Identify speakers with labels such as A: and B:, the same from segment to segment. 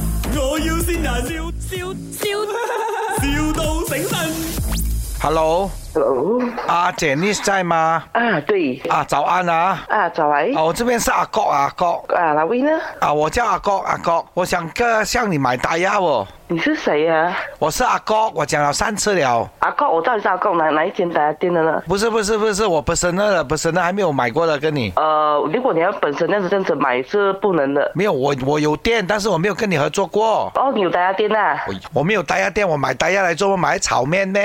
A: 要先人，笑笑笑，,笑到醒神。
B: Hello，
C: Hello，
B: 阿 Jenny 在吗？
C: 啊，对，
B: 啊，早安啊！
C: 啊，早来，
B: 啊，我这边是阿国啊，阿国
C: 啊，哪位呢？
B: 啊，我叫阿国阿国，我想个向你买大鸭哦。
C: 你是谁呀、啊？
B: 我是阿国，我讲了三次了。
C: 阿公，我到底是阿公哪哪一间的店的呢？
B: 不是不是不是，我本身那的本身那还没有买过的，跟你
C: 呃，如果你要本身那样子这样子买是不能的。
B: 没有我我有店，但是我没有跟你合作过。
C: 哦，你有大家店呐、啊？
B: 我我没有大鸭店，我买大鸭来做买炒面呢。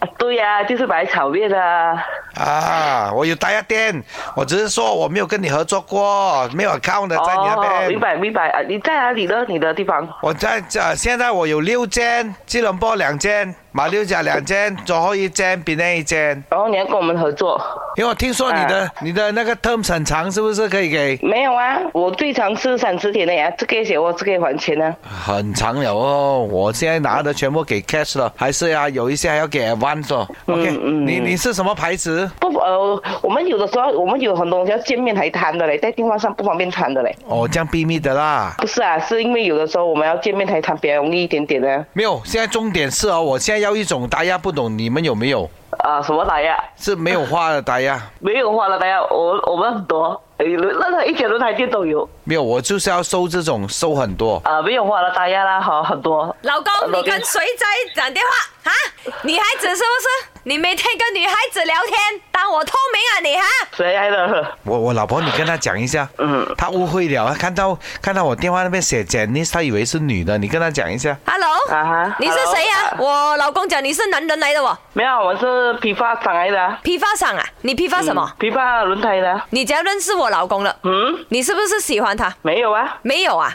C: 啊，对呀、就是买炒面啊。
B: 啊，我有大鸭店，我只是说我没有跟你合作过，没有 account 的在你那边。
C: 哦，明白明白啊，你在哪里呢？你的地方？
B: 我在这、呃现在我有六间，吉隆坡两间，马六甲两间，左后一间，比内一间。
C: 然后你要跟我们合作？
B: 因为我听说你的、
C: 哎
B: 你的那个 term 很长，是不是可以给
C: 没有啊，我最常吃三十天的呀，这个写我这个还钱啊呢、
B: 很长了哦？我现在拿的全部给 cash 了，还是啊有一些还要给 advance 哦。OK，、
C: 嗯
B: 你你是什么牌子？
C: 不呃，我们有的时候我们有很多东西要见面才谈的嘞，在电话上不方便谈的嘞。
B: 哦，这样秘密的啦。
C: 不是啊，是因为有的时候我们要见面才谈，比较容易一点啊点呢。
B: 没有，现在重点是哦，我现在要一种打压，不懂你们有没有？
C: 啊，什么打呀？
B: 是没有花的打压，
C: 没有花了，大家我我们很多，呃任何一间轮胎店都有。
B: 没有，我就是要收这种，收很多。
C: 啊，没有花了，大家啦，好很多。
D: 老公，
C: 老
D: 你
C: 公
D: 跟谁在讲电话啊？女孩子是不是？你每天跟女孩子聊天，当我透明啊你哈？
C: 谁来的？
B: 我我老婆，你跟她讲一下，
C: 嗯，
B: 她误会了，她看到看到我电话那边写 Jenny，她以为是女的，你跟她讲一下。
D: Hello，、
C: 啊哈
D: 你是谁呀、
C: Hello
D: 我老公讲你是男人来的哦，
C: 没有，我是批发厂来的啊。
D: 批发商啊？你批发什么？
C: 嗯批发轮胎的啊。
D: 你只要认识我老公了，
C: 嗯，
D: 你是不是喜欢他？
C: 没有啊。
D: 没有啊，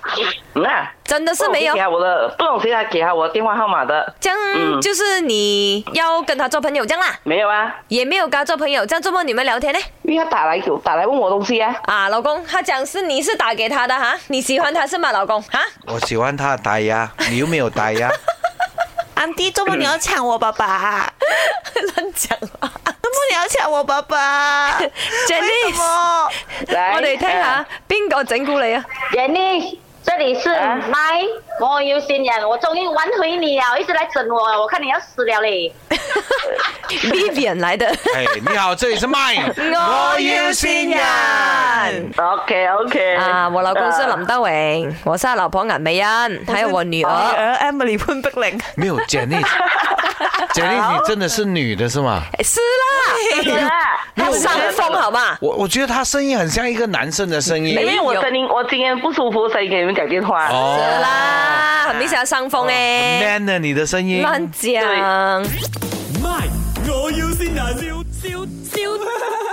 C: 嗯啊，
D: 真的是没有
C: 不懂谁给。他我的，不懂谁来给他我电话号码的？
D: 这样
C: 嗯
D: 就是你要跟他做朋友这样啦，
C: 没有啊，
D: 也没有跟他做朋友，这样怎么你们聊天呢？
C: 因为他打来给我打来问我东西啊。
D: 啊，老公，他讲是你是打给他的哈，你喜欢他是吗，老公哈？
B: 我喜欢她的打压，你又没有打 压。
E: 安迪，周末你要抢我爸爸？
D: 乱讲话
E: 周末你要抢我爸爸？为什
D: ，Jenny，
E: 么？
C: 来，
D: 我哋
C: 哎
D: 听下边个整蠱你啊？
F: Jenny，这里是
C: 啊
F: 麦，我有心人，我终于玩回你了，一直来整我，我看你要死了嘞。
D: Vivian 来的，
B: 哎，你好，这里是麦，
D: 我要新人。
C: OK OK。
D: 啊，我老公是
C: 呃
D: 林德荣，我是他老婆颜美欣，还有我女
C: 哎
D: 儿。
E: 而 Emily 潘碧玲，
B: 没有 Jenny，Jenny，你真的是女的是吗？
D: 哎是啦，
C: 是啊
D: 他伤风好吗？
B: 我我觉得她声音很像一个男生的声音
D: 没。
C: 因为我
D: 有
C: 声音，我今天不舒服，所以给你们讲电话。
B: 哦
D: 是啦，很明显伤风
B: 很
D: 哎，
B: man 的你的声音。
D: 啊乱讲。
A: 卖，我要先人，笑笑笑，,